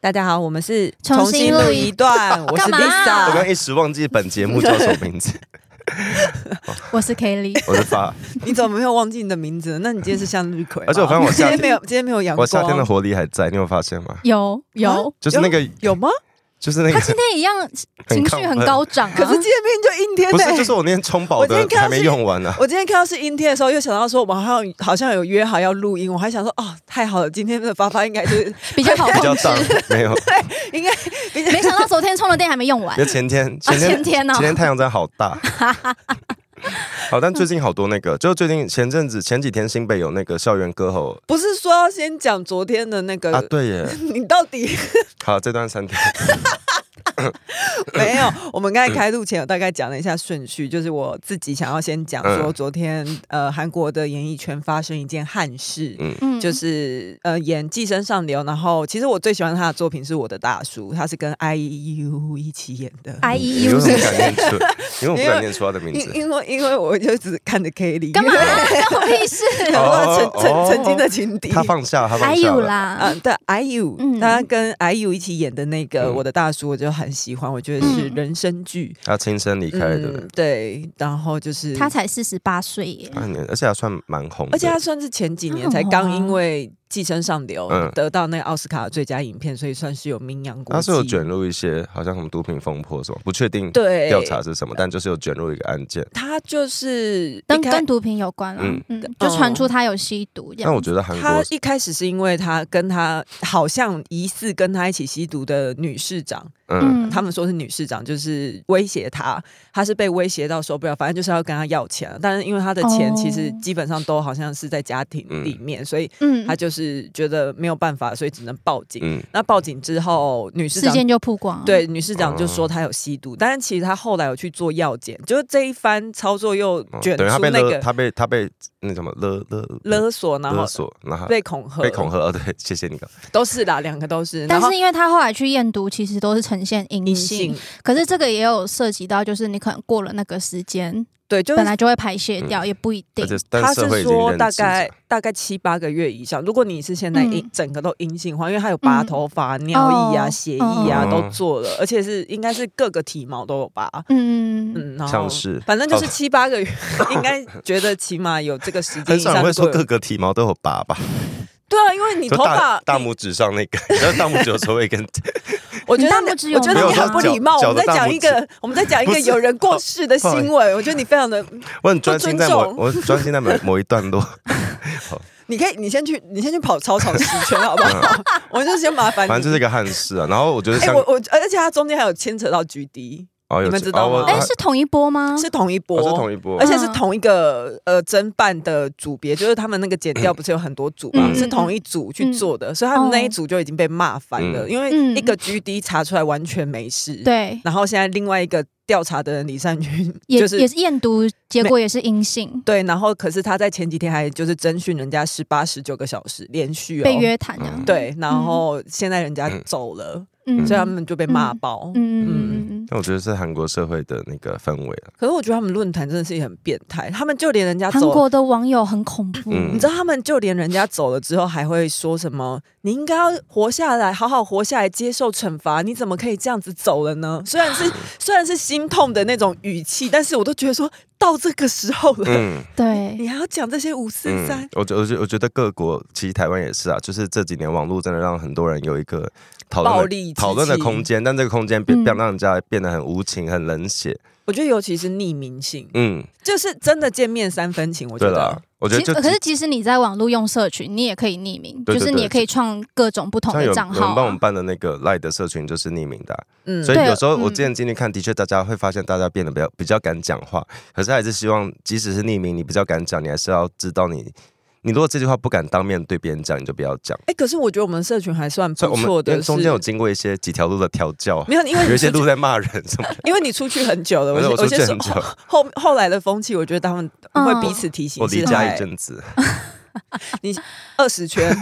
大家好，我们是重新录一一 段，我是干嘛我 Lisa，刚一时忘记本节目叫什么名字，我是哎 Kelly，我的发， 你怎么没有忘记你的名字呢？那你今天是向日葵吗，而且我发 现我今夏天没有，今天没有阳光，啊我夏天的活力还在，你有发现吗？有有，就是那个，啊有吗？就是那他今个，天一 样情绪很高涨啊。可是今天明明就阴天不呢、是，就是我那天充饱我的今天看还到是没用完呢、啊。我今天看到是阴天的时候，又想到说我们好像好像有约好要录音，我还想说哦，太好了，今天的发发应该就是 比较好比较控胀制。，没有，应该比较没想到昨天充的电还没用 完因为前天啊，前天前天哦前，天太阳真的好大。好，但最近好多那个，就是最近前阵子前几天新北有那个校园歌喉不是说要先讲昨天的那个，啊，对耶， 你到底 好，这段删掉。没有，我们刚才开录前有大概讲了一下顺序，就是我自己想要先讲说，嗯昨天呃韩国的演艺圈发生一件憾事，嗯嗯就是呃演《寄生上流》，然后其实我最喜欢他的作品是我的大叔，他是跟 IU 一起演的。 I 你 E 为 U 什是不么不敢是？念出？因为我不敢念出他的名哎因字。因为因为我就只看着 Kelly，干因嘛？为关我屁事讲哦到曾曾哦曾经的情敌。他放下，他放还下有了。啦，嗯，对，IU，、嗯他跟 IU 一起演的那个《嗯我的大叔》，我就很喜欢，我觉得是嗯人生剧。他亲身离开的。嗯，对，然后就是他才四十八岁啊耶。八年，而且还算蛮红的，而且他算是前几年他才很红刚啊因为《寄生上流》嗯得到那个奥斯卡最佳影片，所以算是有名扬国际。他是有卷入一些好像什么毒品风波什么，不确定对调查是什么，但就是有卷入一个案件。他就是跟一开跟毒品有关了嗯，嗯，哦就传出他有吸毒这样。但我觉得韩他国一开始是因为他跟他好像疑似跟他一起吸毒的女市长，嗯他们说是女市长，就是威胁他，他是被威胁到受不了，反正就是要跟他要钱。但是因为他的钱哦其实基本上都好像是在家庭里面，所以嗯他就是觉得没有办法，所以只能报警。嗯那报警之后，女市事长件就曝光了。啊对，女市哦长就说她有吸毒，但是其实她后来有去做药检，就是这一番操作又哦卷出等于他被那勒，个他被他被那什么勒勒勒索，然后勒索，然后被恐吓，啊被恐吓。哦， 对，谢谢你。都是啦，两个都是。然但后是因为他后来去验毒，其实都是呈现阴阴性性，，可是这个也有涉及到，就是你可能过了那个时间，对，就是嗯本来就会排泄掉，也不一定而。且他但社是会已经说认大知了概大概七八个月以上，如果你是现在嗯阴、整个都阴性化，因为他有拔头发、尿液啊、哦血液啊、嗯都做了，而且是应该是各个体毛都有拔。嗯，嗯嗯，然后像是哦反正就是好七八个 月，应该觉得起码有这个时间很以少上。人会如果说有各个体毛都有拔吧，对啊，因为你就头发大大拇指上那个， 你知道大拇指有时候会跟我觉得你大拇指你，有我觉得吗你很不礼貌。没我有们在我说脚讲一个，我们在讲一不个是哦有人过世的新闻。我觉得你非常的，我很专心在不某尊重我很专心在某某一段落，你可以，你先去，你先去跑操场十圈，好不好？ 我就先麻烦嗯反正你就。是一个憾事啊。然后我觉得哎，像我我，而且它中间还有牵扯到 GD，哦有你们知道哦我吗哎、啊是同一波吗？是同一波，哦是同一波嗯而，且是同一个呃侦办的组别，就是他们那个剪掉不是有很多组嘛，嗯是同一组去做的，所以他们那一组就已经被骂翻了，嗯因为嗯一个 GD 查出来完全没事，，对，然后现在另外一个调查的人李善均也、就是也是验毒，结果也是阴性，对，然后可是他在前几天还就是征询人家十八十九个小时连续、哦、被约谈这样。嗯对，然后现在人家走了，嗯所以他们就被骂爆。嗯嗯嗯嗯但我觉得是韩国社会的那个氛围啊了。可是我觉得他们论坛真的是也很变态，他们就连人家嗯，韩走了，国的网友很恐怖，嗯你知道他们就连人家走了之后还会说什么？你应该要活下来，好好活下来，接受惩罚。你怎么可以这样子走了呢？虽然 是虽然是心痛的那种语气，但是我都觉得说到这个时候了， 嗯。对，你还要讲这些五四三嗯，，我觉我觉我觉得各国其实台湾也是啊，就是这几年网络真的让很多人有一个讨暴论的力之讨论的气空间，但这个空间变嗯变让人家变得很无情、很冷血。我觉得尤其是匿名性，嗯，就是真的见面三分情，我觉对得。啦，我觉其得实就可是即使你在网络用社群，你也可以匿名，对对就是对你也可以创各种不同像有的有账人号、帮 我们啊。办的那个 Line 的社群就是匿名的啊、嗯所以对有时候我嗯之前经历看，的确大家会发现大家变得比较比较敢讲话，可是还是希望即使是匿名，你比较敢讲，你还是要知道你。你如果这句话不敢当面对别人讲，你就不要讲。哎、可是我觉得我们社群还算所以不我们错因的为是，中间有经过一些几条路的调教，没有， 因为有你一些出路去在骂人什么的。因为你出去很久 了，反正我我我出去先说很久， 后后来的风气，我觉得他们嗯会彼此提醒，我是离家还一阵子，你二十 圈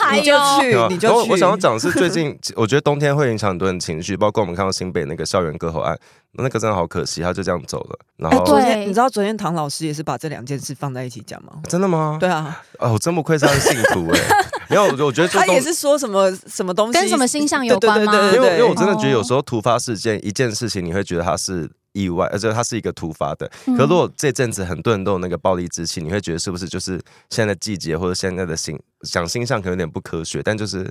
还你就有去对啊，你然就后我去。我想要讲的是， 最近我觉得冬天会影响很多人情绪，包括我们看到新北那个校园割喉案，那个真的好可惜，他就这样走了。然哎，后、昨天对你知道昨天唐老师也是把这两件事放在一起讲吗？真的吗？对啊，哦，我真不愧是他的信徒 哎、没有，我我觉得就他也冬是说什么什么东西跟什么星象有对对关吗对对对因为我因为我对真的觉得有哦时候突发事件一件事情，你会觉得它是意外，而且它是一个突发的。嗯可如果这阵子很多人都有那个暴力之气，你会觉得是不是就是现在的季节或者现在的星讲星象可能有点不科学，但就是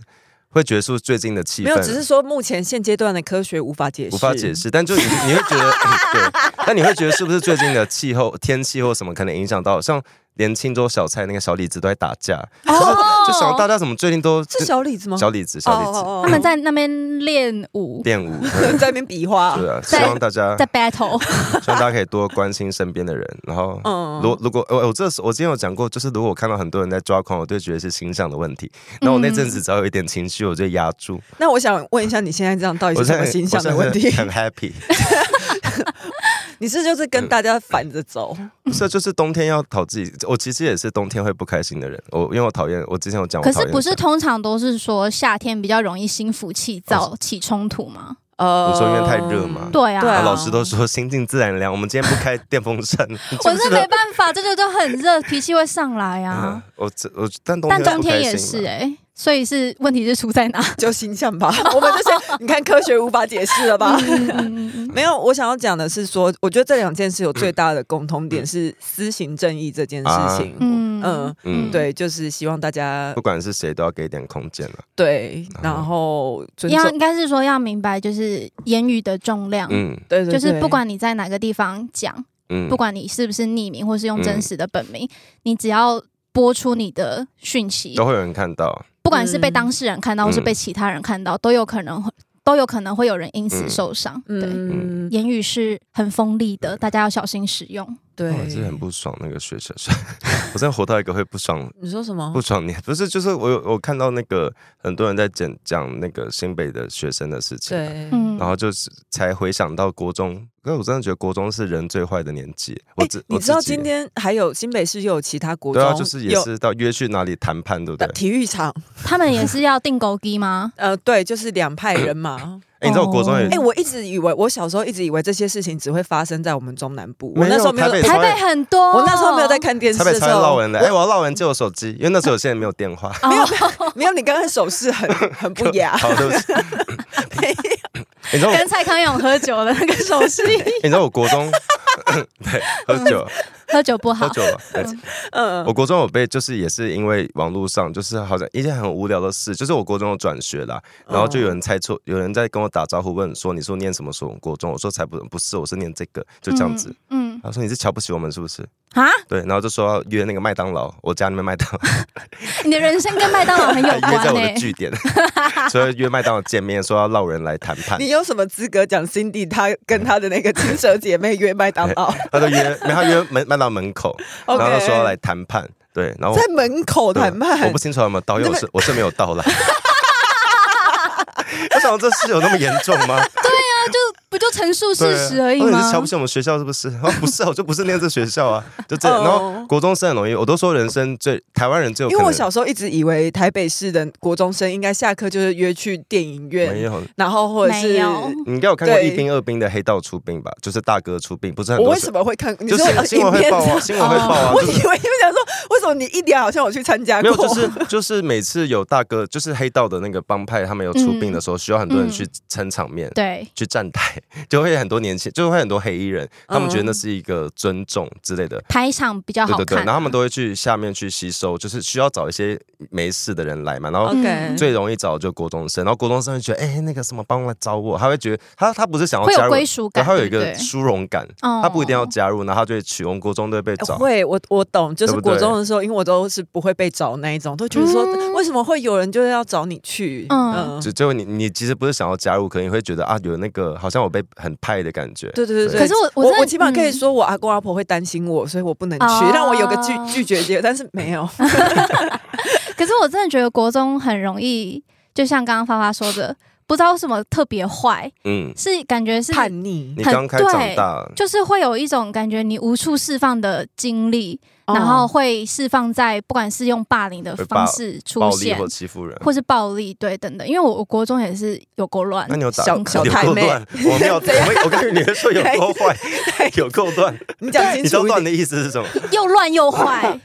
会觉得是不是最近的气没有，只是氛。说目前现阶段的科学无法解释，无法解。释，但就你你会 觉得、嗯对，但你会觉得是不是最近的气候、天气或什么可能影响到，像连青州小菜那个小李子都在打架，然后 就想大家怎么最近都哦是小李子吗？小李子小李哦子哦哦他们在那边练舞，练舞， 在那边比划， 对啊，希在望大家在 battle， 希望大家可以多关心身边的人。然后，嗯如如果呃我我这时我今天有讲过，就是如果我看到很多人在抓狂，我就觉得是形象的问题。那我那阵嗯子只要有一点情绪，我就压住。那我想问一下，你现在这样到底我是什么在形象的问我题 现？在很嗯 happy， 你是就是跟大家反着走，这就是冬天要讨自己。我其实也是冬天会不开心的人。我因为我讨厌，我之前有讲，我可讨是厌不是什么通常都是说夏天比较容易心浮气嗯躁、起冲突吗？呃你说因为太热嘛对啊，对啊啊老师都说心静自然凉。我们今天不 开电风扇，我是没办法，这就就很热，脾气会上来嗯啊。我这我但冬但天冬天也是是哎、所以是问题是出在哪？就形象吧。 我们这些你看科学无法解释了吧？ 嗯嗯 嗯没有，我想要讲的是说，我觉得这两件事有最大的共通点是私行正义这件事情。嗯嗯嗯嗯，嗯对，就是希望大家啊欸不管是谁都要给一点空间了。对，啊然后尊嗯要重，应该是说要明白，就是言语的重量。嗯对对，对就是不管你在哪个地方讲，嗯，不管你是不是匿名或是用嗯真实的本名，你只要播出你的讯息，都会有人看到。不管是被当事人看到，或是嗯被其他人看到，都有可能会都有可能会有人因嗯此受伤。对，嗯，言语是很锋利的，大家要小心使用。对我，哦真的很不爽那个学生， 我真的活到一个会不爽你说什么不？爽你，不是就是我有我看到那个很多人在讲讲那个新北的学生的事情，啊对，嗯然，后就是才回想到国中，因为我真的觉得国中是人最坏的年纪。我自、哎你我知道自己今天还有新北市又有其他国对中，啊，就是也有是到约去哪里谈判，对不对呃？体育场，他们也是要定狗机吗？呃，对，就是两派人 马。哎、你知道我国中也、哦哎、我一直以为，我小时候一直以为这些事情只会发生在我们中南部。我没那有时候没有，台北台台北很多，我那时候没有哦在。看电视台北的超时爱闹候，人的，哎、我要闹人借我手机，因为那时候我现在没有电话。哦，没有你刚刚手势 很很不雅。好，对 不起。 你知道我跟蔡康永喝酒的那个手 势，你知道我国中对喝酒喝酒不喝好。酒 了，对。嗯，我国中有被，就是也是因为网络上，就是好像一件很无聊的事，就是我国中有转学啦，哦然后就有人猜错，有人在跟我打招呼问说，你说念什么所国中？我说才不不是，我是念这个，就这样子。嗯。他说你是瞧不起我们是不是？嗯啊，对，然后就说要约那个麦当劳，我家里面麦 当劳，你的人生跟麦当劳很有还约在关欸我呢、的据点，所以约麦当劳见面，说要捞人来谈 判你。有什么资格讲 Cindy 她跟她的那个亲蛇姐妹约麦当劳他就约，没有他约门麦当劳门口，然后？OK，他说要来谈判，对，然后我在门口谈对我判不。清楚有没有到，因为我那是我是没有到啦。 我想这事有那么严重吗？不就陈述 事对啊实而已我也吗是瞧？不起我们学校是不 是？哦，不是啊，我就不是念这学校啊，就这。 哦然后国中生很容易，我都说人生最台湾人最有可因能，为我小时候一直以为台北市的国中生应该下课就是约去电影没院，有，然后或者是没有你应该有看过对一兵二兵的黑道出兵吧？就是大哥出兵，不是很我多为是什。么会看？你就说呃是新闻影会片报啊，上哦新闻会报啊，我就以是为你们讲说，为什么你一点好像我去参加没有，过？就是 就是每次有大哥，就是黑道的那个帮派，他们有出嗯兵的时候，需要很多人去撑场面，对，去站台， 就会很多年轻，就会很多黑衣人，他们觉得嗯那是一个尊重之类的。排场比较好对对看、对，然后他们都会去下面去吸收，就是需要找一些没事的人来嘛。然后嗯 OK，最容易找的就国中生，然后国中生会觉得，哎、那个什么帮我来找我，他会觉得他他不是想要会加有入，归属感，然后有一对个不对殊荣感，哦他不一定要加入，然后他就会取，我们国中都会被找。哎会，我我懂，就是对不国对中的时候，因为我都是不会被找那一种，都觉得说、嗯为什么会有人就是要找你去？嗯嗯，就就你你其实不是想要加入，可能你会觉得啊有那个好像我被很派的感觉，对对对对。可是我我真的起码可以嗯说，我阿公阿婆会担心我，所以我不能去，哦让我有个拒拒绝点，但是没有，可是我真的觉得国中很容易，就像刚刚发发说的，不知道为什么特别坏，嗯，是感觉是叛逆你很刚开长对大，就是会有一种感觉你无处释放的经历，哦然后会释放在不管是用霸凌的会方霸式出暴力现，或欺负人。或是暴力对等等。因为我我国中也是有够乱那，你有打小小啊有太够妹乱？我没有，我没我跟你说有够坏，有够乱。你讲清你知道楚一乱点，的意思是什么？ 又乱又 坏。啊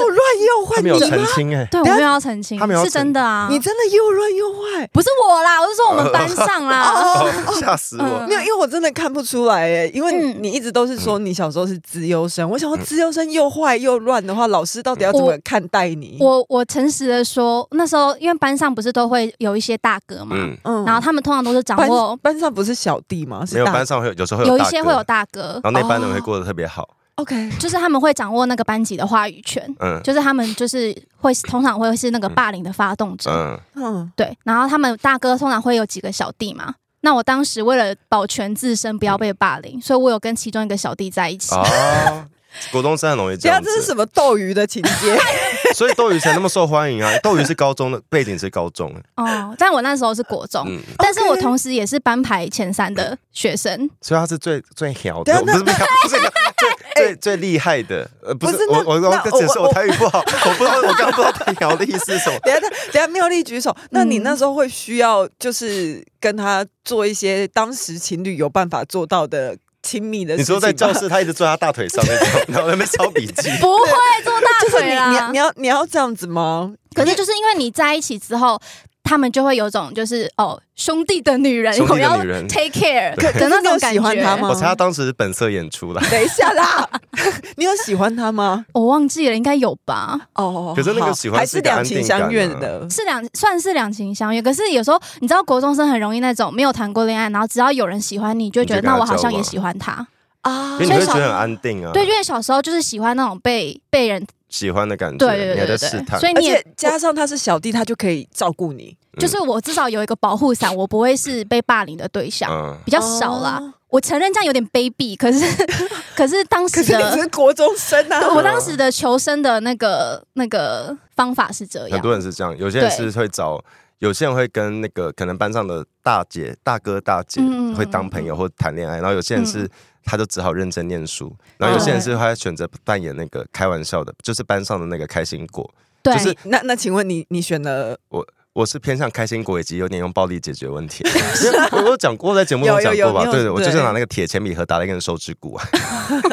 又乱又坏，他没你有真澄清哎、对，我等下没有要澄清他没有，要是真的啊，你真的又乱又坏。不是我啦，我是说我们班上啦。 哦，吓死我！没有，因为我真的看不出来哎，因为嗯你一直都是说你小时候是资优生，我想嗯说资优生又坏又乱的话，老师到底要怎么我看待你？我我诚实的说，那时候因为班上不是都会有一些大哥嘛，嗯，嗯然后他们通常都是掌班握班上不是小弟吗？没是有大班上会有，有时候会有一大些哥会有，大哦哥然，后那班人会过得特别好。 OK，就是他们会掌握那个班级的话语权，嗯就是他们就是会通常会是那个霸凌的发动者，嗯，嗯，对。然后他们大哥通常会有几个小弟嘛。那我当时为了保全自身不要被霸凌，所以我有跟其中一个小弟在一起。嗯哦，国中生很容易这等下样这是子，什么斗鱼的情 节？所以斗鱼才那么受欢迎啊！斗鱼是高中的背景是高中，欸哦，但我那时候是国中，嗯，但是我同时也是班排前三的学生。所以他是最最屌等的，下我不是不是不是最最最厉害的，呃，不是不是那我我那我刚解释我我台语不好，我不知道我刚刚不知道太屌的意思是什么。等下，等下，妙丽举手。那嗯你那时候会需要就是跟他做一些当时情侣有办法做到的亲密的事 你情吗？说在 教室，他一直坐在他大腿上那种，然后在那边抄笔记， 不会这 么大就是你腿啊你要啦你。要你要这样子吗？可是就是因为你在一起之后，他们就会有种就是哦兄弟的女人，兄弟我的要女人 take care 可可的那是你有种感喜欢他觉。吗？我猜他当时是本色演出啦。等一下啦， 你有喜欢他吗？我忘记了，应该有吧？哦，可是那个好喜欢还是是一个两安情定相感悦啊的。是两算是两情相悦，可是有时候你知道，国中生很容易那种没有谈过恋爱，然后只要有人喜欢你，就会觉得你就跟那他我好交像往也喜欢他。啊哦因为你会觉得很安定啊，对，因为小时候就是喜欢那种被被人喜欢的感觉，对对你对还对在试对，探所，以而你也且加上他是小弟，他就可以照顾你。就是嗯我至少有一个保护伞，我不会是被霸凌的对象，嗯，比较少啦。哦我承认这样有点卑鄙，可是可是当可时是你只的是国中生啊，我嗯当时的求生的那个那个方法是这很样，多人是这样，有些人对是会找，有些人会跟那个可能班上的大姐、大哥、大姐嗯嗯嗯嗯会当朋友或谈恋爱，然后有些人是。他就只好认真念书，然后有些哦人是他选择扮演那个开玩笑的，就是班上的那个开心果。对，就是那那请问你你选了我是偏向开心果，以及有点用暴力解决问 题。因为我有讲过，在节目中有有讲有过吧？你有对对，我就是对拿那个铁铅笔盒打了一个人手指 骨啊，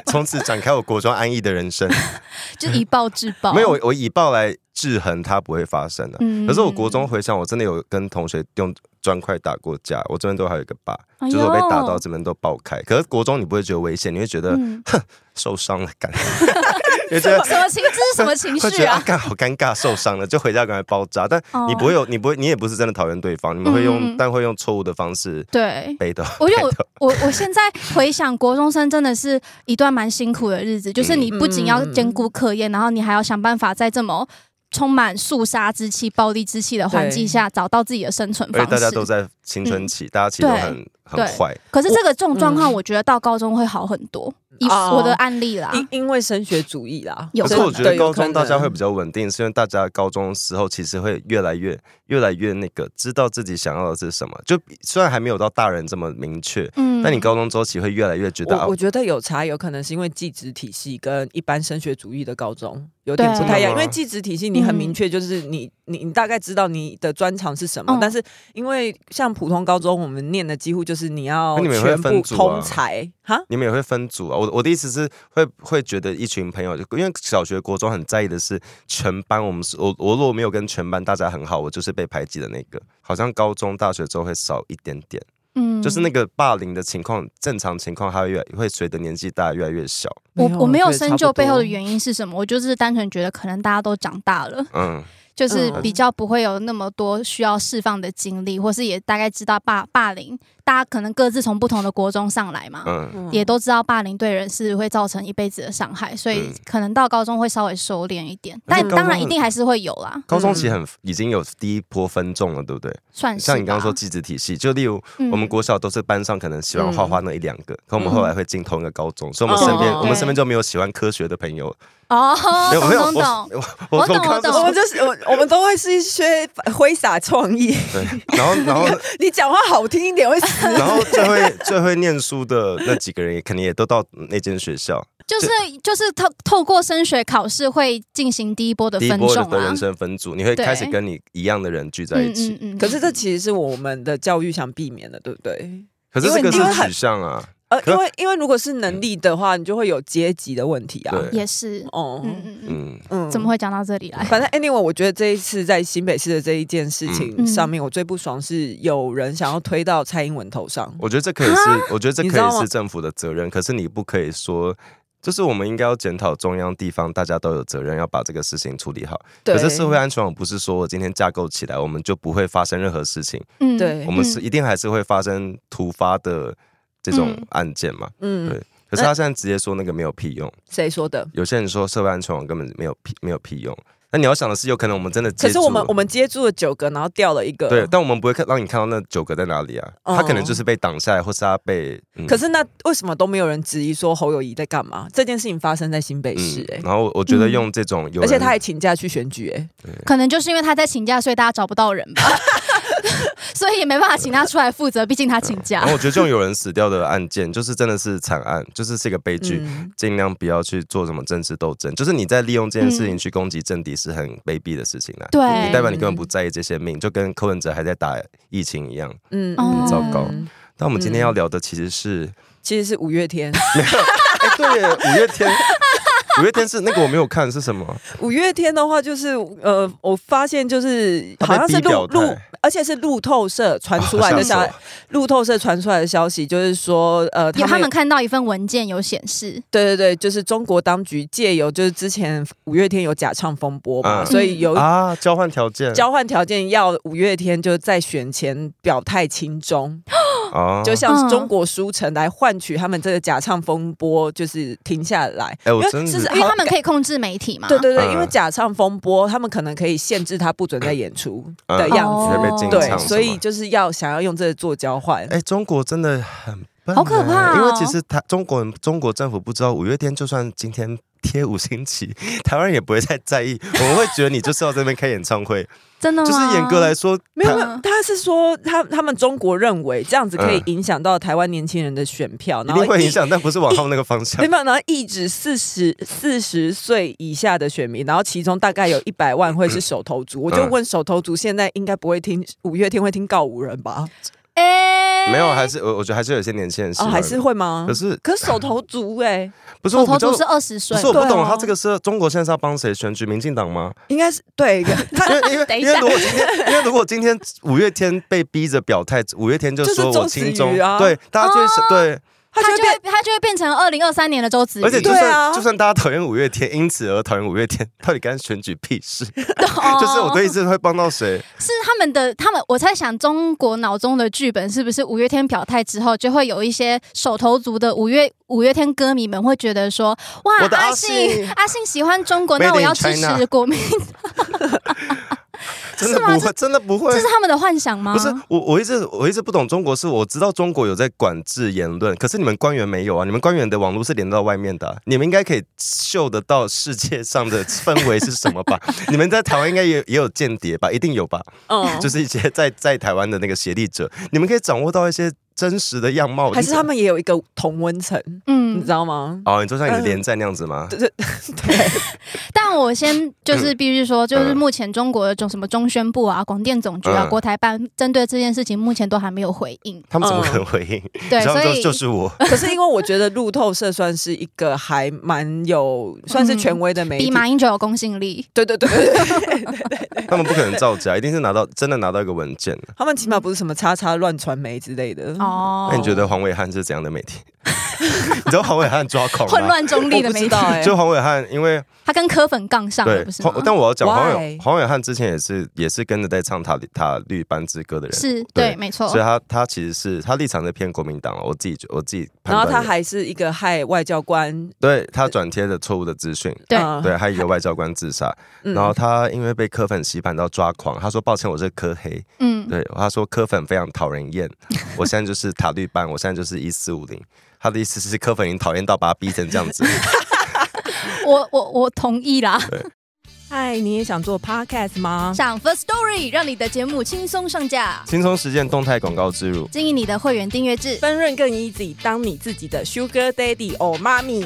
从此展开我国中安逸的人生。就以暴制暴。 没有，我我以暴来制衡它不会发生的、哦嗯可是我国中回想，我真的有跟同学用砖块打过架，我这边都还有一个疤，哎呦就是我被打到这边都爆开。可是国中你不会觉得危险，你会觉得 嗯，受伤的 感觉， 你会觉得什么情这是什么情啊会觉绪得啊啊，？干好尴尬，受伤了，就回家赶快包扎。但哦你不会有，你不会，你也不是真的讨厌对方，你们会用，嗯但会用错误的方式对。 背的。我觉得我我我现在回想，国中生真的是一段蛮辛苦的日子，就是嗯你不仅要兼顾课业，然后你还要想办法在这么充满肃杀之气、暴力之气的环境下，找到自己的生存而方且大家式。都在青春嗯期，大家其实都对很很对坏，可是这个这种我嗯状况，我觉得到高中会好很多。以哦我的案例啦，因因为升学主义啦，啊有可是可我觉对得有高可中大家能会比较稳定，是因为大家高中时候其实会越来越、越来越那个，知道自己想要的是什么。就虽然还没有到大人这么明确，嗯但你高中周期会越来越觉得啊我我，觉得有差，有可能是因为技职体系跟一般升学主义的高中有点不太一样。对因为技职体系你很明确，就是你你你大概知道你的专长是什么，嗯但是因为像普通高中，我们念的几乎就是你要那你们也会全部分组啊通才 哈。你们也会分组啊。我我的意思是会会觉得一群朋友，因为小学、国中很在意的是全班，我们是我我如果没有跟全班大家很好，我就是被排挤的那个。好像高中、大学之后会少一点点，嗯就是那个霸凌的情况，正常情况它会越会随着年纪大越来越小。我我没有深究背后的因。原因是什么，我就是单纯觉得可能大家都长大了，嗯，就是嗯比较不会有那么多需要释放的经历，或是也大概知道霸霸凌，大家可能各自从不同的国中上来嘛，嗯，嗯也都知道霸凌对人是会造成一辈子的伤害，所以嗯可能到高中会稍微收敛一点，而且但高中当然很一定还是会有啦，高中其实很已经有第一波分众了，对不对？嗯算是像你刚刚吧说，机制体系，就例如嗯我们国小都是班上可能喜欢画画那一两个，可我们后来会进同一个高中，所以我嗯们身边哦我们身边就没有喜欢科学的朋友。哦，没有懂没有，懂懂，我我懂我刚刚就我懂们就是我，我们都会是一些挥洒创意。 对，然后然后你讲话好听一点会死。然后最会最会念书的那几个人，也肯定也都到那间学校，就是就是透透过升学考试会进行第一波的第一分波众的啊人，生分组，你会对开始跟你一样的人聚在一起。嗯可是这其实是我们的教育想避免的，对不对？可是因为这个是因为很取向啊，呃，可因为因为如果是能力的话，你就会有阶级的问题啊。对也是，哦，嗯嗯嗯，嗯，嗯怎么会讲到这里来？反正 anyway，我觉得这一次在新北市的这一件事情嗯上面，我最不爽是有人想要推到蔡英文头上。我觉得这可以是，我觉得这你可知道以吗是政府的责任，可是你不可以说。就是我们应该要检讨中央、地方，大家都有责任要把这个事情处理好。对，可是社会安全网不是说我今天架构起来，我们就不会发生任何事情，嗯，对我们是一定还是会发生突发的这种嗯案件嘛。嗯对，可是他现在直接说那个没有屁用，谁说的？有些人说社会安全网根本没有屁没有屁用。那你要想的是，有可能我们真的接可是我们触我们接住了九个，然后掉了一个。对，但我们不会看让你看到那九个在哪里啊，嗯他可能就是被挡下来，或是他被。嗯可是那为什么都没有人质疑说侯友谊在干嘛？这件事情发生在新北市、哎、嗯然后我觉得用这种有人，而且他还请假去选举、哎，可能就是因为他在请假，所以大家找不到 人吧，所以也没办法请他出来负责，毕竟他请假然。后我觉得这种有人死掉的案件，就是真的是惨案，就是是一个悲剧。嗯，尽量不要去做什么政治斗争，就是你在利用这件事嗯情去攻击政敌是很卑鄙的事情啦。对你代表你根本不在意这些命，就跟柯文哲还在打疫情一样。嗯哦很糟糕嗯但我们今天要聊的其实是，其实是五月天，哎、对耶，五月天， 五月天是那个我没有看是什么？五月天的话就是呃，我发现就是好他像被是逼路表路态，，而且是路透社传出来的消，哦路透社传出来的消息就是说，呃，有他他们们看到一份文件有显示，对对对，就是中国当局借由就是之前五月天有假唱风波嘛，嗯所以有啊，交换条件交换条件要五月天就在选前表态亲中，啊就像嗯是中国书城来换取他们这个假唱风波就是停下来，哎我因真为的是因为好他们可以控制媒体嘛。对对对，嗯因为假唱风波，他们可能可以限制他不准再演出的嗯样哦子，会被禁对唱，对，所以。就是要想要用这个做交换。哎、中国真的很笨好可怕欸因为哦其实他中国人中国政府不知道五月天，就算今天贴五星旗， 台湾人也不会太在意，我们会觉得你就是要在那边开演唱 会，真的吗？就是严格来说，嗯没有，台没嗯有他是说他他们中国认为这样子可以影响到台湾年轻人的选票，嗯一然后定会抑影。响，但不是往他们那个方向没。有，然后抑制四十四十岁以下的选民，然后其中大概有一百万会是手头嗯族。我就问手头族现在应该不会听五月天，会听告五人吧？哎没有，啊还是我我觉得还是有些年轻人喜哦，欢，还是会吗？可是可是手头族哎、不是我口头比较族是二十岁不是，我不对懂啊他这个是中国现在是要帮谁选举？民进 党吗？应该是 对，因他为因等为一因下为如果今天因为如果今天五月天被逼着表态，五月天就就是说周我子亲中瑜，啊对，大家就会想对。他他就就变会他就会变成二零二三年的周子瑜，而且就对算、啊就算大家讨厌五月天，因此而讨厌五月天， 到底干选举屁事？哦就是我对这会帮到谁？是他们的他们，我在想中国脑中的剧本是不是五月天表态之后，就会有一些手头族的五月五月天歌迷们会觉得说，哇我，的阿阿信信阿信喜欢中国， Made 那我 in 要支 China 持国民，真的不会，真的 不会这。是他们的幻想吗？不是我，我一直我一直不懂中国是，我知道中国有在管制言论，可是你们官员没有啊？你们官员的网络是连到外面的啊、你们应该可以嗅得到世界上的氛围是什么 吧？你们在台湾应该也也有间谍吧？一定有吧？哦嗯，就是一些在在台湾的那个协力者，你们可以掌握到一些真实的样貌。还是他们也有一个同温层，你嗯知，道吗？哦？你就呃像你的连战那样子吗？但我 先就是必须说，就是目前中国的中什么中宣部啊、广电总局啊、嗯国台办针对这件事情，目前都还没有回应。他们怎么可能回应？哦对，然后所就以就 是我，可是因为我觉得路透社算是一个还蛮有算是权威的媒体比，马英九有公信力。对对对 对对，他们不可能造假，一定是拿到真的拿到一个文件的。他们起码不是什么叉叉乱传媒之类的。哦，那你觉得黄伟汉是怎样的媒体？ 你知道黄伟汉抓狂混吗？乱中立我的不媒知体道，哎、就黄伟汉，因为他跟柯粉杠上了，对哦不是吗黄，？但我要讲黄伟 Why？黄伟汉之前也是也是跟着在唱塔里塔绿班之歌的人，是对对，没哦错所以。他他其实是他立场是偏国民党，啊我自己我自己然判后断的。他还是一个害外交官，对他转贴的错误的资讯，对嗯对，还有一个外交官自杀，嗯然后他因为被柯粉洗版到抓狂，他说抱歉我是柯黑，嗯，对，他说柯粉非常讨人厌，我现在就是塔绿班，我现在就是一四五零。他的意思是柯粉已经讨厌到把他逼成这样 子。我我我同意啦。嗨，你也想做 podcast 吗？上 First Story 让你的节目轻松上架，轻松实践动态广告植入，经营你的会员订阅制。分润更 easy，当你自己的 sugar daddy 或妈咪。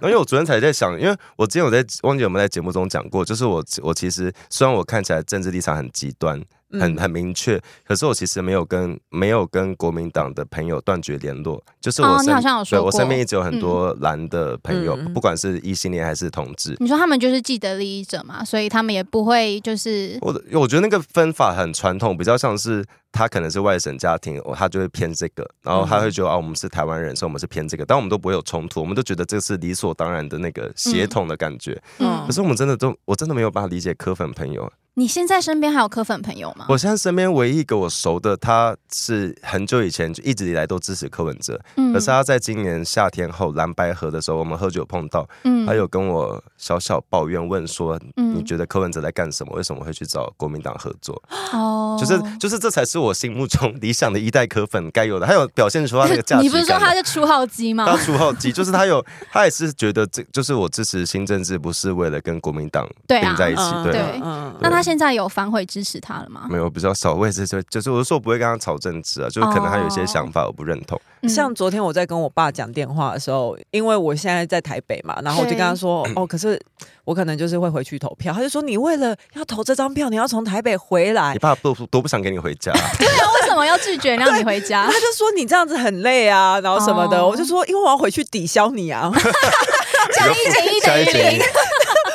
然后因为我昨天才在想，因为我之前我在忘记有没有在节目中讲过，就是我我其实虽然我看起来政治立场很极端，嗯嗯很很明确，可是我其实没有跟没有跟国民党的朋友断绝联络，就是我哦身、你好像有说对我过嗯身边一直有很多蓝的朋友，嗯嗯不管是异性恋还是同志。你说他们就是既得利益者嘛，所以他们也不会就是我的我觉得那个分法很传统，比较像是他可能是外省家庭，哦他就会偏这个，然后他嗯会觉得啊，我们是台湾人，所以我们是偏这个，但我们都不会有冲突，我们都觉得这是理所当然的那个协同的感觉。嗯可，是我们真的都，我真的没有办法理解柯粉朋友。你现在身边还有科粉朋友吗？我现在身边唯一一个我熟的，他是很久以前就一直以来都支持柯文哲，嗯可是他在今年夏天后蓝白河的时候，我们喝酒碰到，嗯他有跟我小小抱怨问说，嗯你觉得柯文哲在干什么？为什么会去找国民党合作？哦就是就是这才是我心目中理想的一代柯粉该有的，还有表现出他那 个价值你不是说感啊他是初号机吗他？出号机，就是他有，他也是觉得这就是我支持新政治，不是为了跟国民党对啊并在一起，嗯对啊对嗯那他现在有反悔支持他了吗？没有比较少，我也是就就是我说我不会跟他吵政治啊，就是可能他有一哦些想法我不认同，嗯像昨天我在跟我爸讲电话的时候，因为我现在在台北嘛，然后我就跟他说：“哦，可是我可能就是会回去投票。”他就说：“你为了要投这张票，你要从台北回来你。爸都都不想给你回 家啊、为什么要拒绝让你回”家他？就说：“你这样子很累啊，然后什么的。哦我就说：“因为我要回去抵消你啊， 加一减一下等一于节零。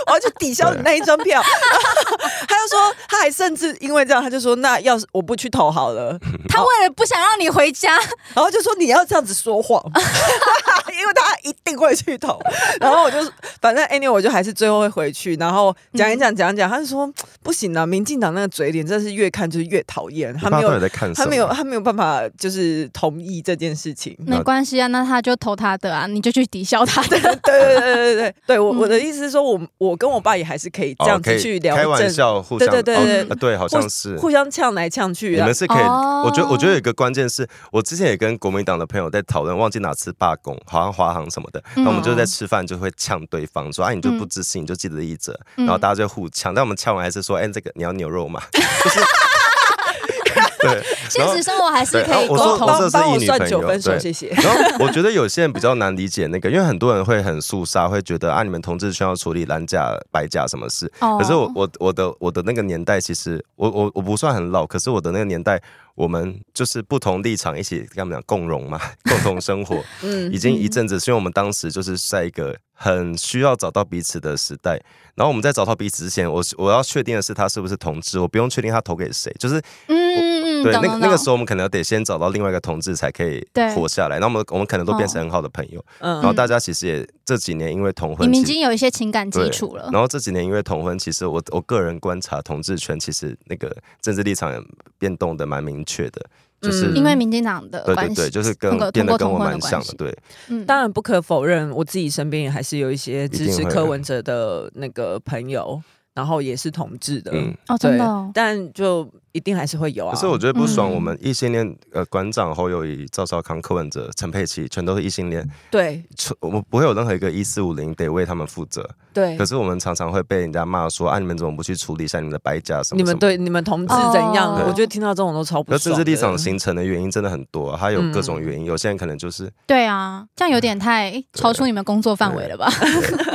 我要去抵消你那一张票。” 他就说：“他还甚至因为这样，他就说：‘那要是我不去投好了。’他为了不想让你回家，然后就说你要这样子说谎， 因为他一定会去投。然后我就反正 anyway 我就还是最后会回去，然后讲一嗯讲讲一讲，他就说不行啊，民进党那个嘴脸真的是越看就是越讨厌，你他爸没到底有在看什他么？没有他没有办法就是同意这件事 情。没关系啊，那他就投他的啊，你就去抵消他的。对对对对对，对嗯我我的意思是说，我我跟我爸也还是可以这样哦可子以去聊开玩政，笑，互相对对对对哦呃对，好像是。互相呛来呛去你啊们。是可以，哦我觉得，我觉得有一个关键是，我之前也跟国民党的朋友在讨论，忘记哪次罢工，好像华航什么的，嗯那我们就在吃饭就会呛对方说，啊，你就嗯不支持，你就记得一折，然后大家就互呛，但我们呛完还是说，哎，这个你要牛肉吗？就是，对， 现实生活还是可以对然后哦沟我说通我。这帮是帮我一女算朋九友分熟，对谢谢。然后我觉得有些人比较难理解那个，因为很多人会很肃杀，会觉得啊，你们同志圈要处理蓝甲、白甲什么事。哦可是我我我的我的那个年代，其实我我我不算很老，可是我的那个年代，我们就是不同立场一起跟他们讲共荣嘛，共同生活， 嗯已经一阵子，所以我们当时就是在一个很需要找到彼此的时代。然后我们在找到彼此之前，我我要确定的是他是不是同志，我不用确定他投给谁，就是嗯嗯嗯，对，懂那个懂那个懂时候我们可能得先找到另外一个同志才可以对哦活下来。那我们我们可能都变成很好的朋友。然后嗯，大家其实也这几年因为同你婚，们其已实经有一些情感基对础了。然后这几年因为同婚，其实我我个人观察同志圈，其实那个政治立场也变动的蛮明确的，就是、嗯因为民进党的对呃关对系，对，就是那跟个变通过得跟同我婚蛮的像关的系，，对。嗯当然不可否认，我自己身边也还是有一些支一持定会柯文哲的那个朋友，然后也是同志的，嗯，哦，对真的哦，但就一定还是会有啊。可是我觉得不爽，嗯我们异性恋，呃，馆长侯友谊、赵少康、柯文哲、陈佩琪，全都是异性恋，对出我们不会有任何一个一四五零得为他们负责。对可，是我们常常会被人家骂说啊，你们怎么不去处理一下你们的白甲什么你什们么？对你们同志怎样？啊哦我觉得听到这种都超不那爽。政治立场，形成的原因真的很多、啊，它有各种嗯原因，有些人可能就是对啊，这样有点太超出你们工作范围了吧？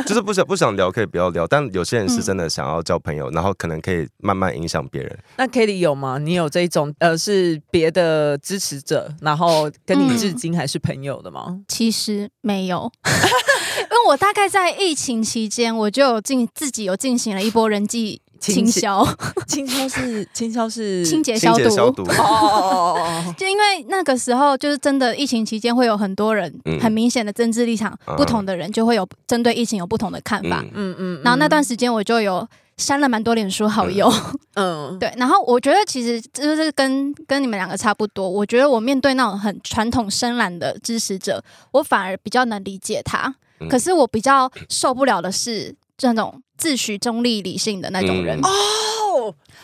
就是不想不想聊，可以不要聊，但有些人嗯是真的想要交朋友，然后可能可以慢慢影响别人。那 k i t y 有吗？你有这种呃是别的支持者，然后跟你嗯至今还是朋友的吗？ 其实没有， 因为我大概在疫情期间，我就有进自己有进行了一波人际清嗯清消、青霄是青霄是清洁清消洁毒。消毒，嗯哦哦哦哦就因为那个时候，就是真的疫情期间会有很多人嗯很明显的政治立场、啊不同的人，就会有针对疫情有不同的看法。嗯，嗯嗯，嗯然后那段时间我就有删了蛮多脸书好友，嗯对，然后我觉得其实就是跟跟你们两个差不多，我觉得我面对那种很传统深蓝的支持者，我反而比较能理解他，嗯可是我比较受不了的是这种自诩中立理性的那种人。嗯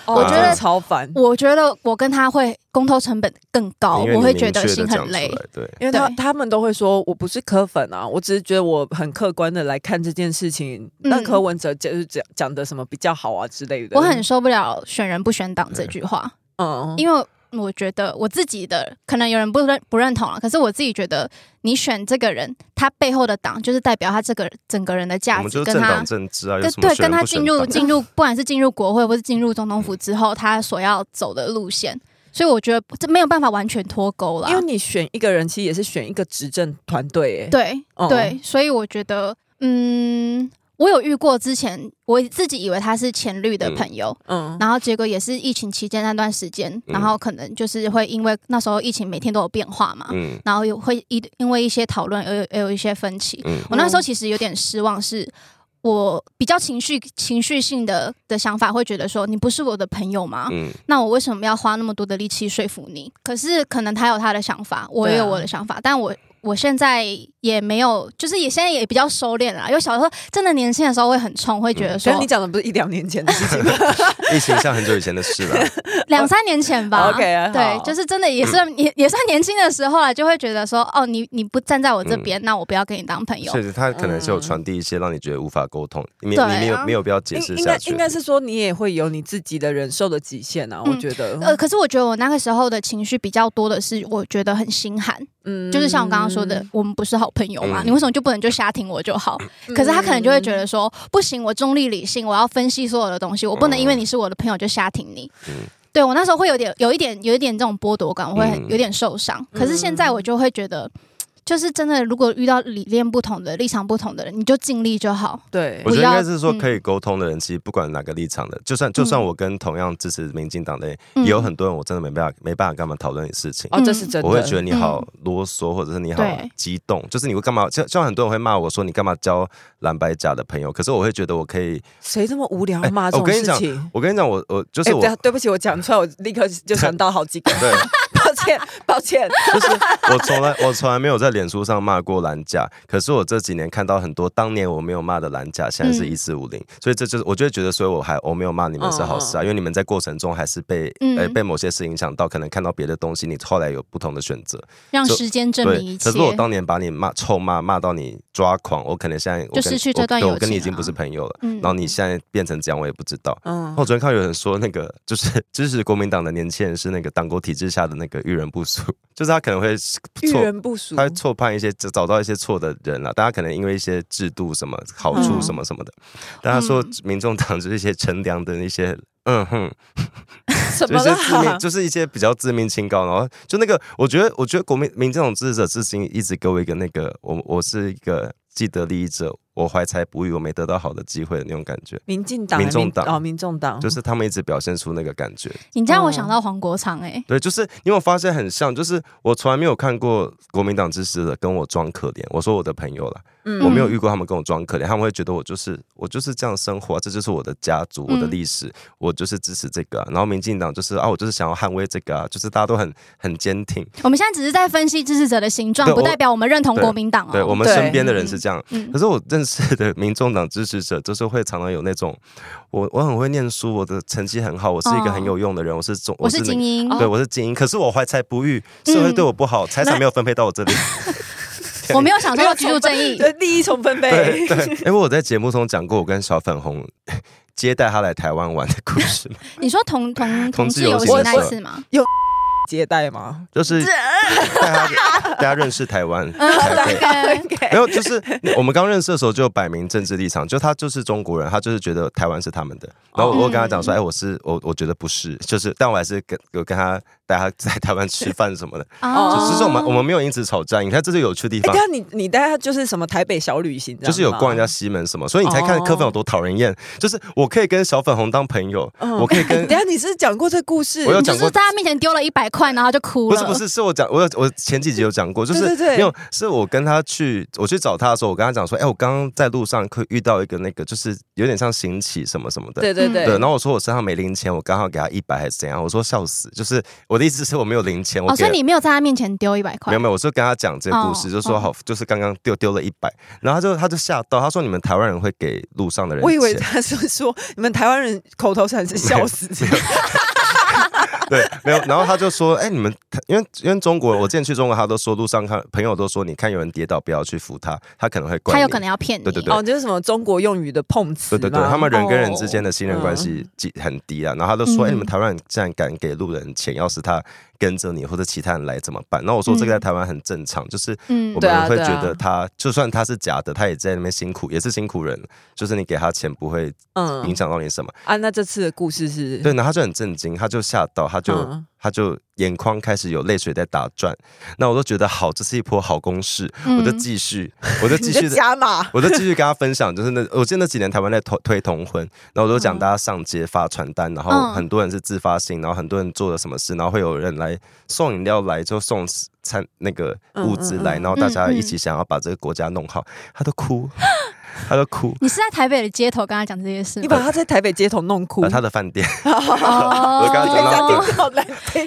哦，我觉真的得超烦。我觉得我跟他会公投成本更高，因为哦我会你觉明得确地心讲很出累。来，对。因为他对他们都会说我不是科粉啊，我只是觉得我很客观的来看这件事情。那、嗯柯文哲就是讲讲的什么比较好啊之类的，我很受不了“选人不选党”这句话，嗯，因为我觉得我自己的可能有人不认不认同啊了，可是我自己觉得，你选这个人，他背后的党就是代表他这个整个人的我价们值，就是跟政他党政治啊，有跟什么对选跟他不进选入党？进入，不管是进入国会或是进入总统府之后，他所要走的路线，所以我觉得这没有办法完全脱钩了因。为你选一个人，其实也是选一个执政团队，哎，对、嗯哦对，所以我觉得，嗯，我有遇过之前我自己以为他是前绿的嗯朋友，嗯，然后结果也是疫情期间那段时间，嗯然后可能就是会因为那时候疫情每天都有变化嘛，嗯然后也会一因为一些讨论而有也有一些分歧。 嗯我那时候其实有点失望，是我比较情绪情绪性的的想法，会觉得说你不是我的朋友吗？嗯，那我为什么要花那么多的力气说服你？可是可能他有他的想法，我也有我的想法，嗯但我。我现在也没有，就是也现在也比较收敛了啦。因为小时候真的年轻的时候会很冲，会觉嗯得所说以你讲的不是一两年前的事 情吗疫情像很久以前的事 了，两三年前吧。 ？OK，对，就是真的也是也也算年轻的时候了，就会觉得说，哦，你你不站在我这边，那我不要跟你当朋友所。以他可能是有嗯传递一些让你觉得无法沟通，你没对你没啊有没有必要解应释应下该去。应该是说你也会有你自己的忍受的极限啊，我嗯觉呃，得，可是我觉得我那个时候的情绪比较多的是，我觉得很心寒，嗯呃就是像我刚刚说的，，我们不是好朋友嘛，嗯你为什么就不能就瞎听我就好？嗯可是他可能就会觉得说，不行，我中立理性，我要分析所有的东西，我不能因为你是我的朋友就瞎听你。嗯对我那时候会有点有一点有一点这种剥夺感，我会很嗯有点受伤。可是现在我就会觉得。就是真的，如果遇到理念不同的、立场不同的人，你就尽力就好。对我，觉不得应要该是说嗯可以沟通的人，其实不管哪个立场的，就算就算我跟同样支持民进党的，嗯也有很多人我真的没办法没办法跟他们讨论事情。哦，这是真的，我会觉得你嗯好啰嗦，或者是你好对激动，就是你会干嘛？就像很多人会骂我说你干嘛交蓝白甲的朋友，可是我会觉得我可以，谁这么无聊骂哎这我种跟你事讲情？我跟你讲，我我就是哎，我对，对不起，我讲出来，我立刻就想到好 几个，对，抱歉，抱歉，就是我从来我从来没有在脸书上骂过蓝甲，可是我这几年看到很多当年我没有骂的蓝甲，现在是嗯一四五零，所以这就是我就会觉得，所以我还我没有骂你们是好事啊，因为你们在过程中还是被嗯呃被某些事影响到，可能看到别的东西，你后来有不同的选择，让就时间证明一对。切可。是我当年把你骂臭骂骂到你抓狂，我可能现在我就跟失去这段我对友我跟你情已经不啊是朋友了，嗯然后你现在变成这样，我也不知道。哦嗯我昨天看有人说，那个 就是支持国民党的年轻人是那个党国体制下的那个遇人不淑， 就是他可能会遇错人不淑，他会错判一些，只找到一些错的人啊了。大家可能因为一些制度什么好嗯处什么什么的，但他说嗯民众党就是一些乘凉的一些。嗯哼，什就么是一些自啦命，？就是一些比较自命清高，然后就那个，我觉得，我觉得国民民这种支持者至今一直给我一个那个，我我是一个既得利益者，我怀才不遇，我没得到好的机会的那种感觉，民进党、民众民党哦，民众党就是他们一直表现出那个感觉。你这让我哦想嗯到黄国昌哎、欸对，就是你有没有发现很像，就是我从来没有看过国民党支持者跟我装可怜，我说我的朋友啦，嗯我没有遇过他们跟我装可怜，他们会觉得我就是我就是这样生活、啊，这就是我的家族、我的嗯历史，我就是支持这个、啊。然后民进党就是啊，我就是想要捍卫这个啊，就是大家都很很坚挺。我们现在只是在分析支持者的形状，对不我代表我们认同国民党哦。对我们对身边的人是这样，嗯可是我认识的民众党支持者，就是会常常有那种，我我很会念书，我的成绩很好，我是一个很哦有用的人，我是中，我那是个精英，嗯对，我是精英，可是我怀才不遇，社会对我不 好，财产没有分配到我这里。我没有想说要居住正义。对利益重分 对配，对，因为我在节目中讲过，我跟小粉红接待他来台湾玩的 故事嘛，你说同同同同志志游游行行那一次吗？接待吗？就是带他带他认识台湾。嗯台北对，没有，就是我们刚认识的时候就有摆明政治立场，就他就是中国人，他就是觉得台湾是他们的。然哦后我我跟他讲说，哎，我是我我觉得不是，就是，但我还是跟有跟他带他在台湾吃饭什么的，哦就只是我们我们没有因此吵架。你看，这是有趣的地哎，方对。啊，你你带他就是什么台北小旅行这样吗，就是有逛人家西门什么，所以你才看哦柯粉有多讨人厌。就是我可以跟小粉红当朋友，我可以哎跟等一下你是讲过这故事，我有就讲是过在他面前丢了一百块，然后就哭不了。是不是，是我讲，我有我前几集有讲过，就是对对对没有，是我跟他去，我去找他的时候，我跟他讲说，哎、我刚刚在路上可遇到一个那个，就是有点像行乞什么什么的。对对嗯对，然后我说我身上没零钱，我刚好给他一百还是怎样？我说笑死，就是我的意思是我没有零钱，我哦，给、所以你没有在他面前丢一百块没有。没有，我是跟他讲这个故事，哦就说哦好，就是刚刚丢丢了一百，然后他就他就吓到，他说你们台湾人会给路上的人钱，我以为他是说你们台湾人口头禅是笑死，对，没有。然后他就说：“哎、你们，因为因为中国，我之前去中国，他都说路上看朋友都说，你看有人跌倒，不要去扶他，他可能会怪他有你可能要骗你。对对对哦，就是什么中国用语的碰瓷对嘛，对对，他们人跟人之间的信任哦关系极很低啊。然后他就说：“哎、嗯你们台湾人竟然敢给路人钱，要是他跟着你或者其他人来怎么办？”那我说这个在台湾很正常，就是嗯我对们啊会对啊觉得他就算他是假的，他也在那边辛苦，也是辛苦人，就是你给他钱不会影嗯响到你什么。啊，那这次的故事是对，然后他就很震惊，他就吓到，他就、嗯他就眼眶开始有泪水在打转。那我都觉得好，这是一波好攻势，我就嗯 继续，我就继你续就地加码，我就继续跟他分享，就是那我记得那几年台湾在推推同婚，然后我就讲嗯大家上街发传单，然后嗯很多人是自发性，然后很多人做了什么事，然后会有人来送饮料来，就送餐那个物资嗯嗯来，嗯然后大家一起想要把这个国家弄好，他都 哭，他都哭。你是在台北的街头跟他讲这些事吗？你把他在台北街头弄哭，呃他的饭店， 哦我刚刚你讲可以这样到听到难听，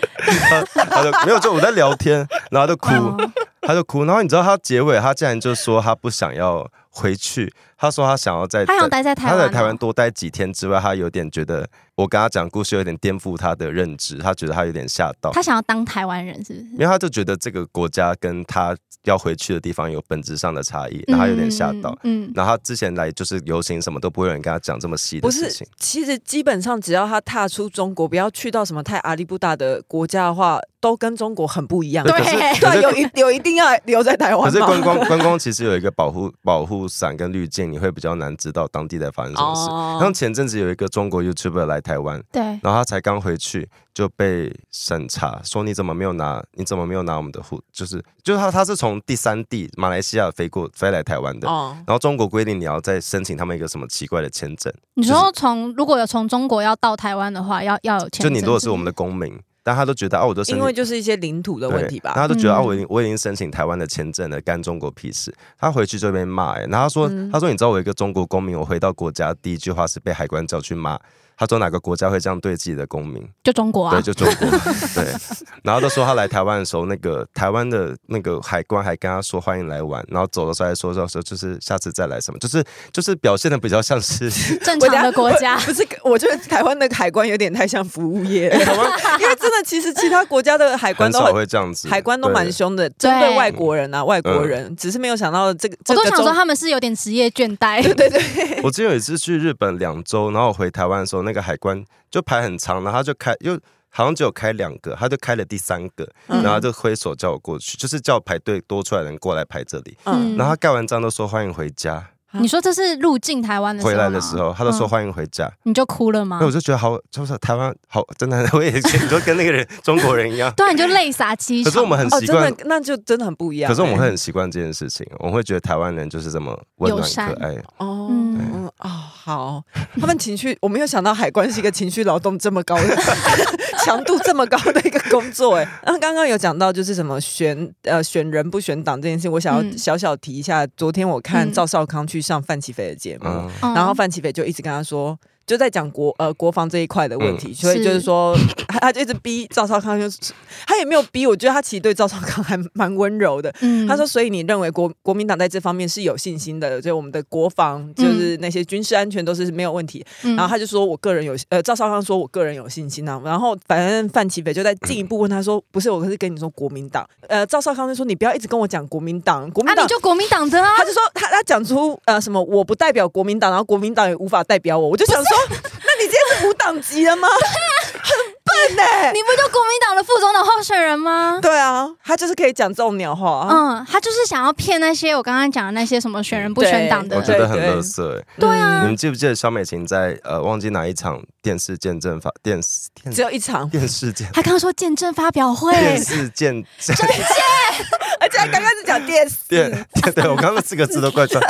他他就没有，就我在聊天，然后他就哭，哦他就哭，然后你知道他结尾，他竟然就说他不想要回去，他说他想要在他想待在台湾他哦，在台湾多待几天之外，他有点觉得我跟他讲故事有点颠覆他的认知，他觉得他有点吓到，他想要当台湾人，是不是？因为他就觉得这个国家跟他要回去的地方有本质上的差异，然后他有点吓到。嗯。嗯，嗯然后他之前来就是游行什么都不会有人跟他讲这么细的不事是情，，其实基本上只要他踏出中国，不要去到什么太阿里不达的国家的话，都跟中国很不一样。对可是对，可是有一有一定要留在台可湾是观吗？光观光其实有一个保护保护伞跟滤镜，你会比较难知道当地在发生什么事。哦像前阵子有一个中国 YouTuber 来台湾，对，然后他才刚回去就被审查，说你怎么没有拿，你怎么没有拿我们的护，就是就是他他是从第三地马来西亚飞过飞来台湾的，哦，然后中国规定你要再申请他们一个什么奇怪的签证，你说从如果有从中国要到台湾的话，要要有签就证。你如果是我们的，的公民，但他都觉得啊，我都申因请为就是一些领土的对问题吧。然后他就觉得、嗯啊，我已经我已经申请台湾的签证了，干中国屁事。他回去就被骂、欸，然后他说、嗯他说你知道我一个中国公民，我回到国家第一句话是被海关叫去骂。他说哪个国家会这样对自己的公民？就中国啊，对，就中国。对，然后他说他来台湾的时候，那个台湾的那个海关还跟他说欢迎来玩，然后走的时候还说说说就是下次再来什么，就是就是表现的比较像是正常的国家我等下我 不是，我觉得台湾的海关有点太像服务业， 台湾因为真的，其实其他国家的海关很都少很会这样子，海关都对蛮凶的，针对对外国人啊，外国人，只是没有想到这个。我这都个想中说他们是有点职业倦怠。对对对，我之前有一次去日本两周，然后我回台湾的时候，那个海关就排很长，然后他就开又。好像只有开两个，他就开了第三个，嗯然后他就挥手叫我过去，就是叫排队多出来的人过来排这里。嗯嗯，然后他盖完章都说欢迎回家，你说这是入境台湾的时候回吗来的时候他都嗯说欢迎回家，你就哭了吗嗯那？我就觉得好，就是台湾好，真的，我也觉得就跟那个人中国人一 样。对啊，你就泪洒机可场。是我们很哦，习真惯，的，那就真的很不一样。可是我们会欸很习惯这件事情，我们会觉得台湾人就是这么温暖友善可爱。哦，嗯嗯哦，好，他们情绪，我没有想到海关是一个情绪劳动这么高的 强度这么高的一个工作，哎，那刚刚有讲到就是什么选呃选人不选党这件事，我想要嗯小小提一下，昨天我看嗯赵少康去上范琪斐的节目，嗯，嗯然后范琪斐就一直跟他说。就在讲国呃国防这一块的问题，所以是就是说，他他就一直逼赵少康，就是他也没有逼，我觉得他其实对赵少康还蛮温柔的，嗯他说：“所以你认为国国民党在这方面是有信心的，就我们的国防，就是那些军事安全都是没有问题。嗯然后他就说：“我个人有，呃，赵少康说我个人有信心啊。”然后反正范琪斐就在进一步问他说：“不是，我是跟你说国民党。”呃，赵少康就说：“你不要一直跟我讲国民党，国民啊，党。你就国民党的啊他，就说他他讲出呃什么我不代表国民党，然后国民党也无法代表我，我就想说，那你今天是无党籍 了吗？很笨呢、你不就国民党的副总统候选人吗？对啊，他就是可以讲这种鸟话啊、嗯，他就是想要骗那些我刚刚讲的那些什么选人不选党的我对觉人。得很乐色、欸。对啊你们记不记得肖美琴在呃忘记哪一场电视见证法电视嗯电只有一场，电视见他刚刚说见证发表会，电视见证而且他刚刚是讲电视，电电对我刚刚四个字都怪怪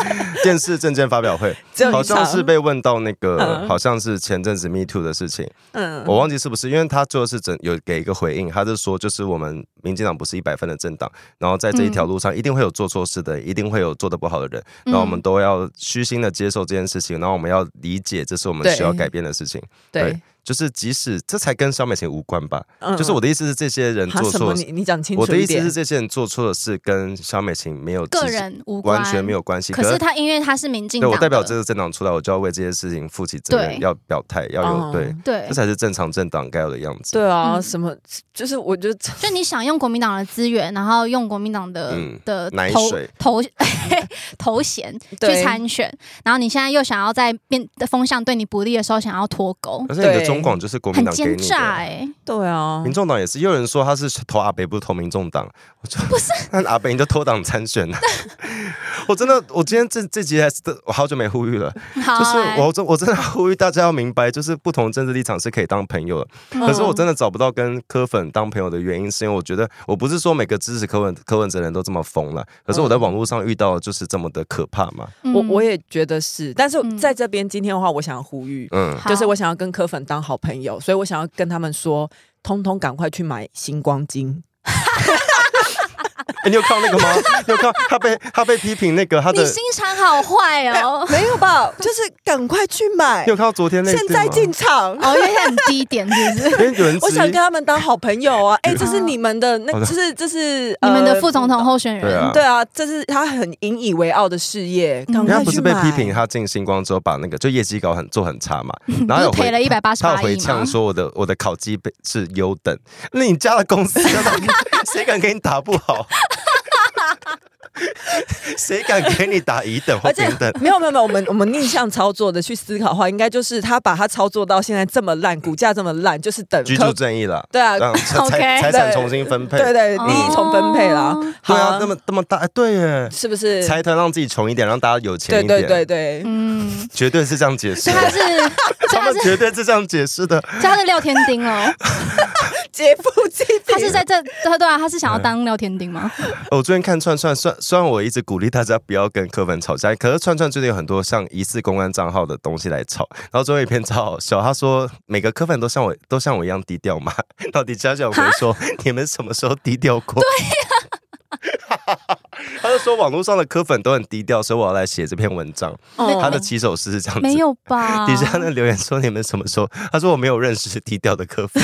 电视证件发表会只有一场好像是被问到那个嗯好像是前阵子 Me Too 的事情。嗯我忘记是不是，因为他最后是整有给一个回应，他是说就是我们民进党不是一百分的政党，然后在这一条路上一定会有做错事的，一定会有做的不好的人，嗯然后我们都要虚心的接受这件事情，然后我们要理解这是我们对需要改变的事情。对对。就是即使这才跟肖美琴无关吧，嗯就是我的意思是这些人哈做什错么？的事，你你讲清我楚的一意思点是。这些人做错的事跟肖美琴没有个直接人无关，完全没有关系，可是他因为他是民进对党的，我代表这个政党出来，我就要为这些事情负起责任，对哦要表态，要有、嗯对，对这，才是正常政党该有的样子。对啊，嗯什么就是我觉得就你想用国民党的资源，然后用国民党的、嗯的奶头水头 头 衔去对参选，然后你现在又想要在变的风向对你不利的时候想要脱钩，而且你的对中广就是国民很党给奸你的诈啊。哎、对啊民，众党也是，也有人说他是投阿北，不是投民众党。我就不是， 那阿北你就偷党参选了。 我真的，我今天这这集还是我好久没呼吁了，好就是来我真我真的呼吁大家要明白，就是不同政治立场是可以当朋友的。可是我真的找不到跟柯粉当朋友的原因，是因为我觉得我不是说每个支持柯文柯文哲的人都这么疯了，可是我在网络上遇到的就是这么的可怕嘛。我嗯我也觉得是，但是嗯在这边今天的话，我想要呼吁，嗯，好就是我想要跟柯粉当好朋友，所以我想要跟他们说，通通赶快去买星光金。，诶哎你有看到那个吗？ 你有看到他被他被批评那个他的，哎你你心肠好坏哦没有吧？ 就是赶快去买有看到昨天那现在进进，场。 哦，因为很低点是不是？因为有人质我疑想跟他们当好朋友 啊！哎、对这是你们的那好，的这是这是你们的呃副总统候选人，对啊对啊，这是他很引以为傲的事业，赶嗯人快家不去是被买。批评他进星光之后把那个就业绩搞很做很 差嘛，然后有不是赔回了188他有回亿吗呛说我的我的烤鸡被是优等，那你家的公司谁敢给你打 不好？谁敢给你打乙等或而且平 等？没有没有没有，我们我们逆向操作的去思考的话，应该就是他把他操作到现在这么烂，股价这么烂，就是等居住柯正义了，对 啊，让财 OK 财产重新分配，对对对，利益重分配啦哦。好啊，那么这么大，哎对耶，是不是？财团让自己穷一点，让大家有钱对一对对点，对，嗯，绝 对是这样解释所以他的是，，所他以他们是，所绝对是这样解释的。以他是廖天丁 哦，劫富济他贫是在这，对对啊，他是想要哎当廖天丁吗？ 哦我昨天看串串，虽虽然我一直鼓励大家不要跟柯粉吵架，可是串串最近有很多像疑似公安账号的东西来吵，然后最后一篇超好笑，他说每个柯粉都像我都像我一样低调嘛， 到底家长回说你们什么时候低调过？对啊 呀、他就说网络上的柯粉都很低调，所以我要来写这篇文章。嗯他的起手式是这样子，没有啊吧？底下那留言 说你们什么时候？他说我没有认识低调的客服。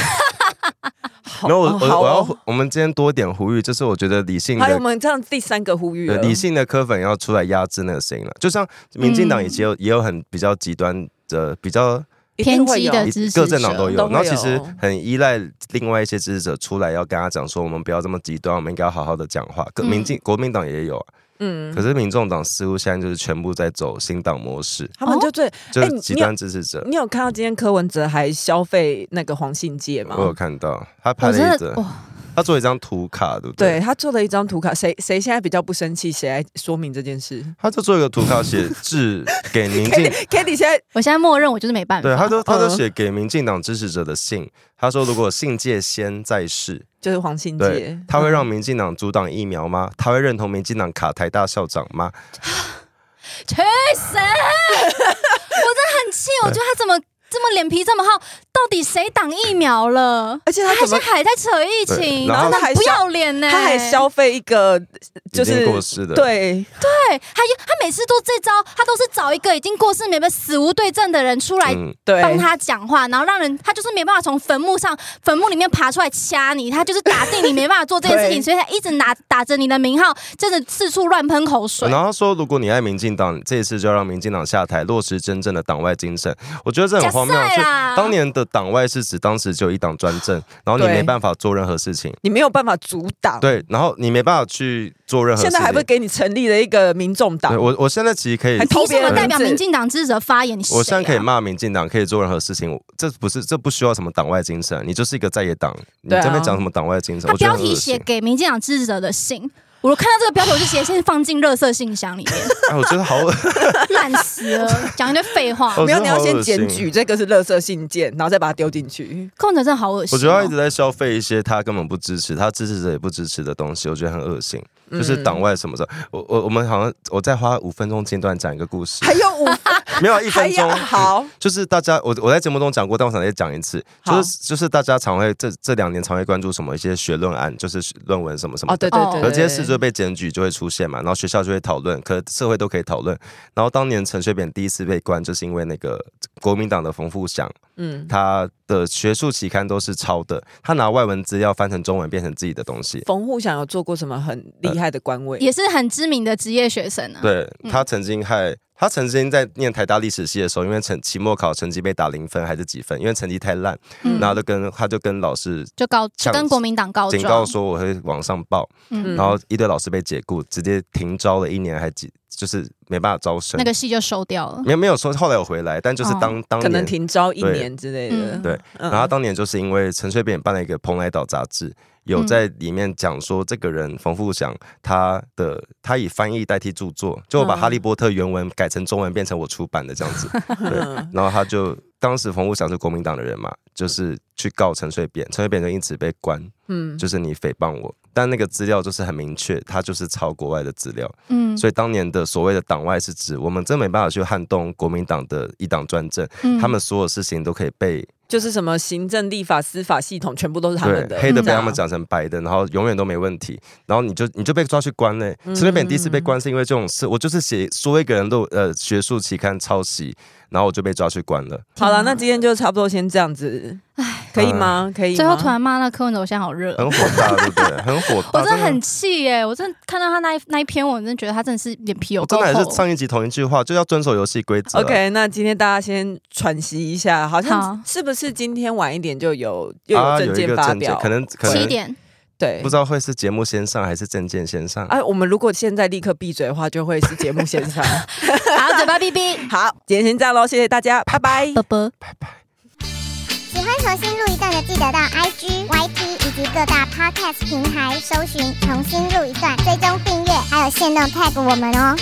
然后我哦我好我哦要我们今天多一点呼吁，就是我觉得理性还有我的。们这样第三个呼吁呃了，理性的科粉要出来压制那个声音了，就像民进党嗯以前有、也有很比较极端的、比较一定会偏激有的一支持各政党都呃者有，都会然后其实有很依赖另外一些支持者出来要跟他讲说，我们不要这么极端，我们应该要好好的讲话。可民进、国民党也有啊，嗯可，是民众党似乎现在就是全部在走新党模式，他们就最就哎是你极你有端支持者。你有看到今天柯文哲还消费那个黄信介我有吗？看到他拍我了一真则的，哇，他做一张图卡，对不对，对？他做了一张图卡，谁谁现在比较不生气，谁来说明这件事他就做一个图卡写致给 民进， ？Kitty 现在我现在默认我就是没办法。 对，他就他就嗯写给民进党支持者的信，他说如果信界先在世，就是黄啊信对介，，他会让民进党阻挡疫苗吗？他会认同民进党卡台大校长吗？去死！我真的很 气，我觉得他怎么这么脸皮这么厚？到底谁挡疫苗了？而且他他怎现么在还在扯疫情，对然后真的他还不消要脸呢、他还消费一个就已是经过世的，，对对，他他每次都这招，他都是找一个已经过世、没办法死无对证的人出来。嗯，对，帮他讲话，然后让人他就是没办法从坟墓上、坟墓里面爬出来掐你，他就是打定你没办法做这件事情，对所以他一直拿打着你的名号，真的四处乱喷口水。然后他说如果你爱民进党，这一次就要让民进党下台，落实真正的党外精神。我觉得这很荒谬，假赛就啦当年的党外是指当时只有一党专政，然后你对没办法做任何事情。你没有办法阻挡。，对，然后你没办法去做任何事现情。在还不是给你成立了一个民众党对？我，我现在其实可以还偷凭别什么人代表名字民进党支持者发言？你是谁啊我现在可以骂民进党，可以做任何事情，我这不是这不需要什么党外精神，你就是一个在野党，你对啊这边讲什么党外精神，他我觉得标很恶题写心。给民进党支持者的信，我看到这个标题，我就直接先放进垃圾信箱里 面，哎，我觉得好恶，烂死了，讲一堆废话。我没有，真的你要好先恶检心举这个是垃圾信件，然后再把它丢进去。空者真的好恶心、我哦，觉得他一直在消费一些他根本不支持，他支持者也不支持的东西，我觉得很恶心。嗯就是党外什么的，我我我们好像我再花五分钟间断讲一个 故事，还 有五，没有一还分钟嗯有，哎好，就是大家，我我在节目中讲过，但我想再讲一次，好就是就是大家常会这这两年常会关注什么一些学论案，就是论文什么什么哦，对的。对对，对可是这些事就被检举就会出现嘛，然后学校就会讨论，可社会都可以讨论。然后当年陈水扁第一次被关，就是因为那个国民党的冯富祥，嗯，他的学术期刊都是抄的，他拿外文资料翻成中文，变成自己的东西。冯护想有做过什么很呃厉害的官位？也是很知名的职业学生啊。对嗯他曾经害他曾经在念台大历史系的时候，因为成期末考成绩被打零分还是几分，因为成绩太烂，嗯然后就跟他就跟老师就告像跟国民党告警告状，说我会往上报，嗯然后一堆老师被解雇，直接停招了一年还几，就是没办法招生。那个戏就收掉了。没有没有说后来有回来，但就是当、当哦可能年。停招一对年之类的。嗯对嗯，然后他当年就是因为陈水扁办了一个《蓬莱岛》杂志，嗯有在里面讲说这个人冯富祥他的他以翻译代替著作，就我把嗯《哈利波特》原文改成中文，变成我出版的这样 子。对，嗯然后他就当时冯富祥是国民党的人嘛，就是去告陈水扁，陈水扁就因此被关，嗯，就是你诽谤我。但那个资料就是很明确，他就是抄国外的资料，嗯，所以当年的所谓的党外是指我们真没办法去撼动国民党的一党专政，嗯他们所有事情都可以被就是什么行政、立法、司法系统，全部都是他对们的，嗯黑的这被样他们讲成白的，然后永远都没问题，然后你就你就被抓去关嘞、嗯陈水扁第一次被关是因为这种事，我就是写说一个人都呃学术期刊抄袭，然后我就被抓去关了。好了，那嗯今天就差不多先这样子，可以吗？可以吗。最后突然骂那柯文哲，我现在好热。很火大，对不 对？很火大，我真的很的。气耶！我真的看到他那一那一篇，我真的觉得他真的是脸皮有我够真的还是厚。上一集同一句话，就要遵守游戏规则啊。 OK，那今天大家先喘息一下，好像好是不是今天晚一点就有又有啊，有证一件个发证件表？，可能可七能点，对不。知道会是节目先上还是证件先上。哎、我们如果现在立刻闭嘴的话，就会是节目线 上。好，嘴巴闭闭，好，今天先这样喽，谢谢大家，拜拜。啵啵。喜欢重新录一段的，记得到 IG、YT 以及各大 Podcast 平台搜寻“重新录一段”，追踪订阅，还有限定 tag 我们哦。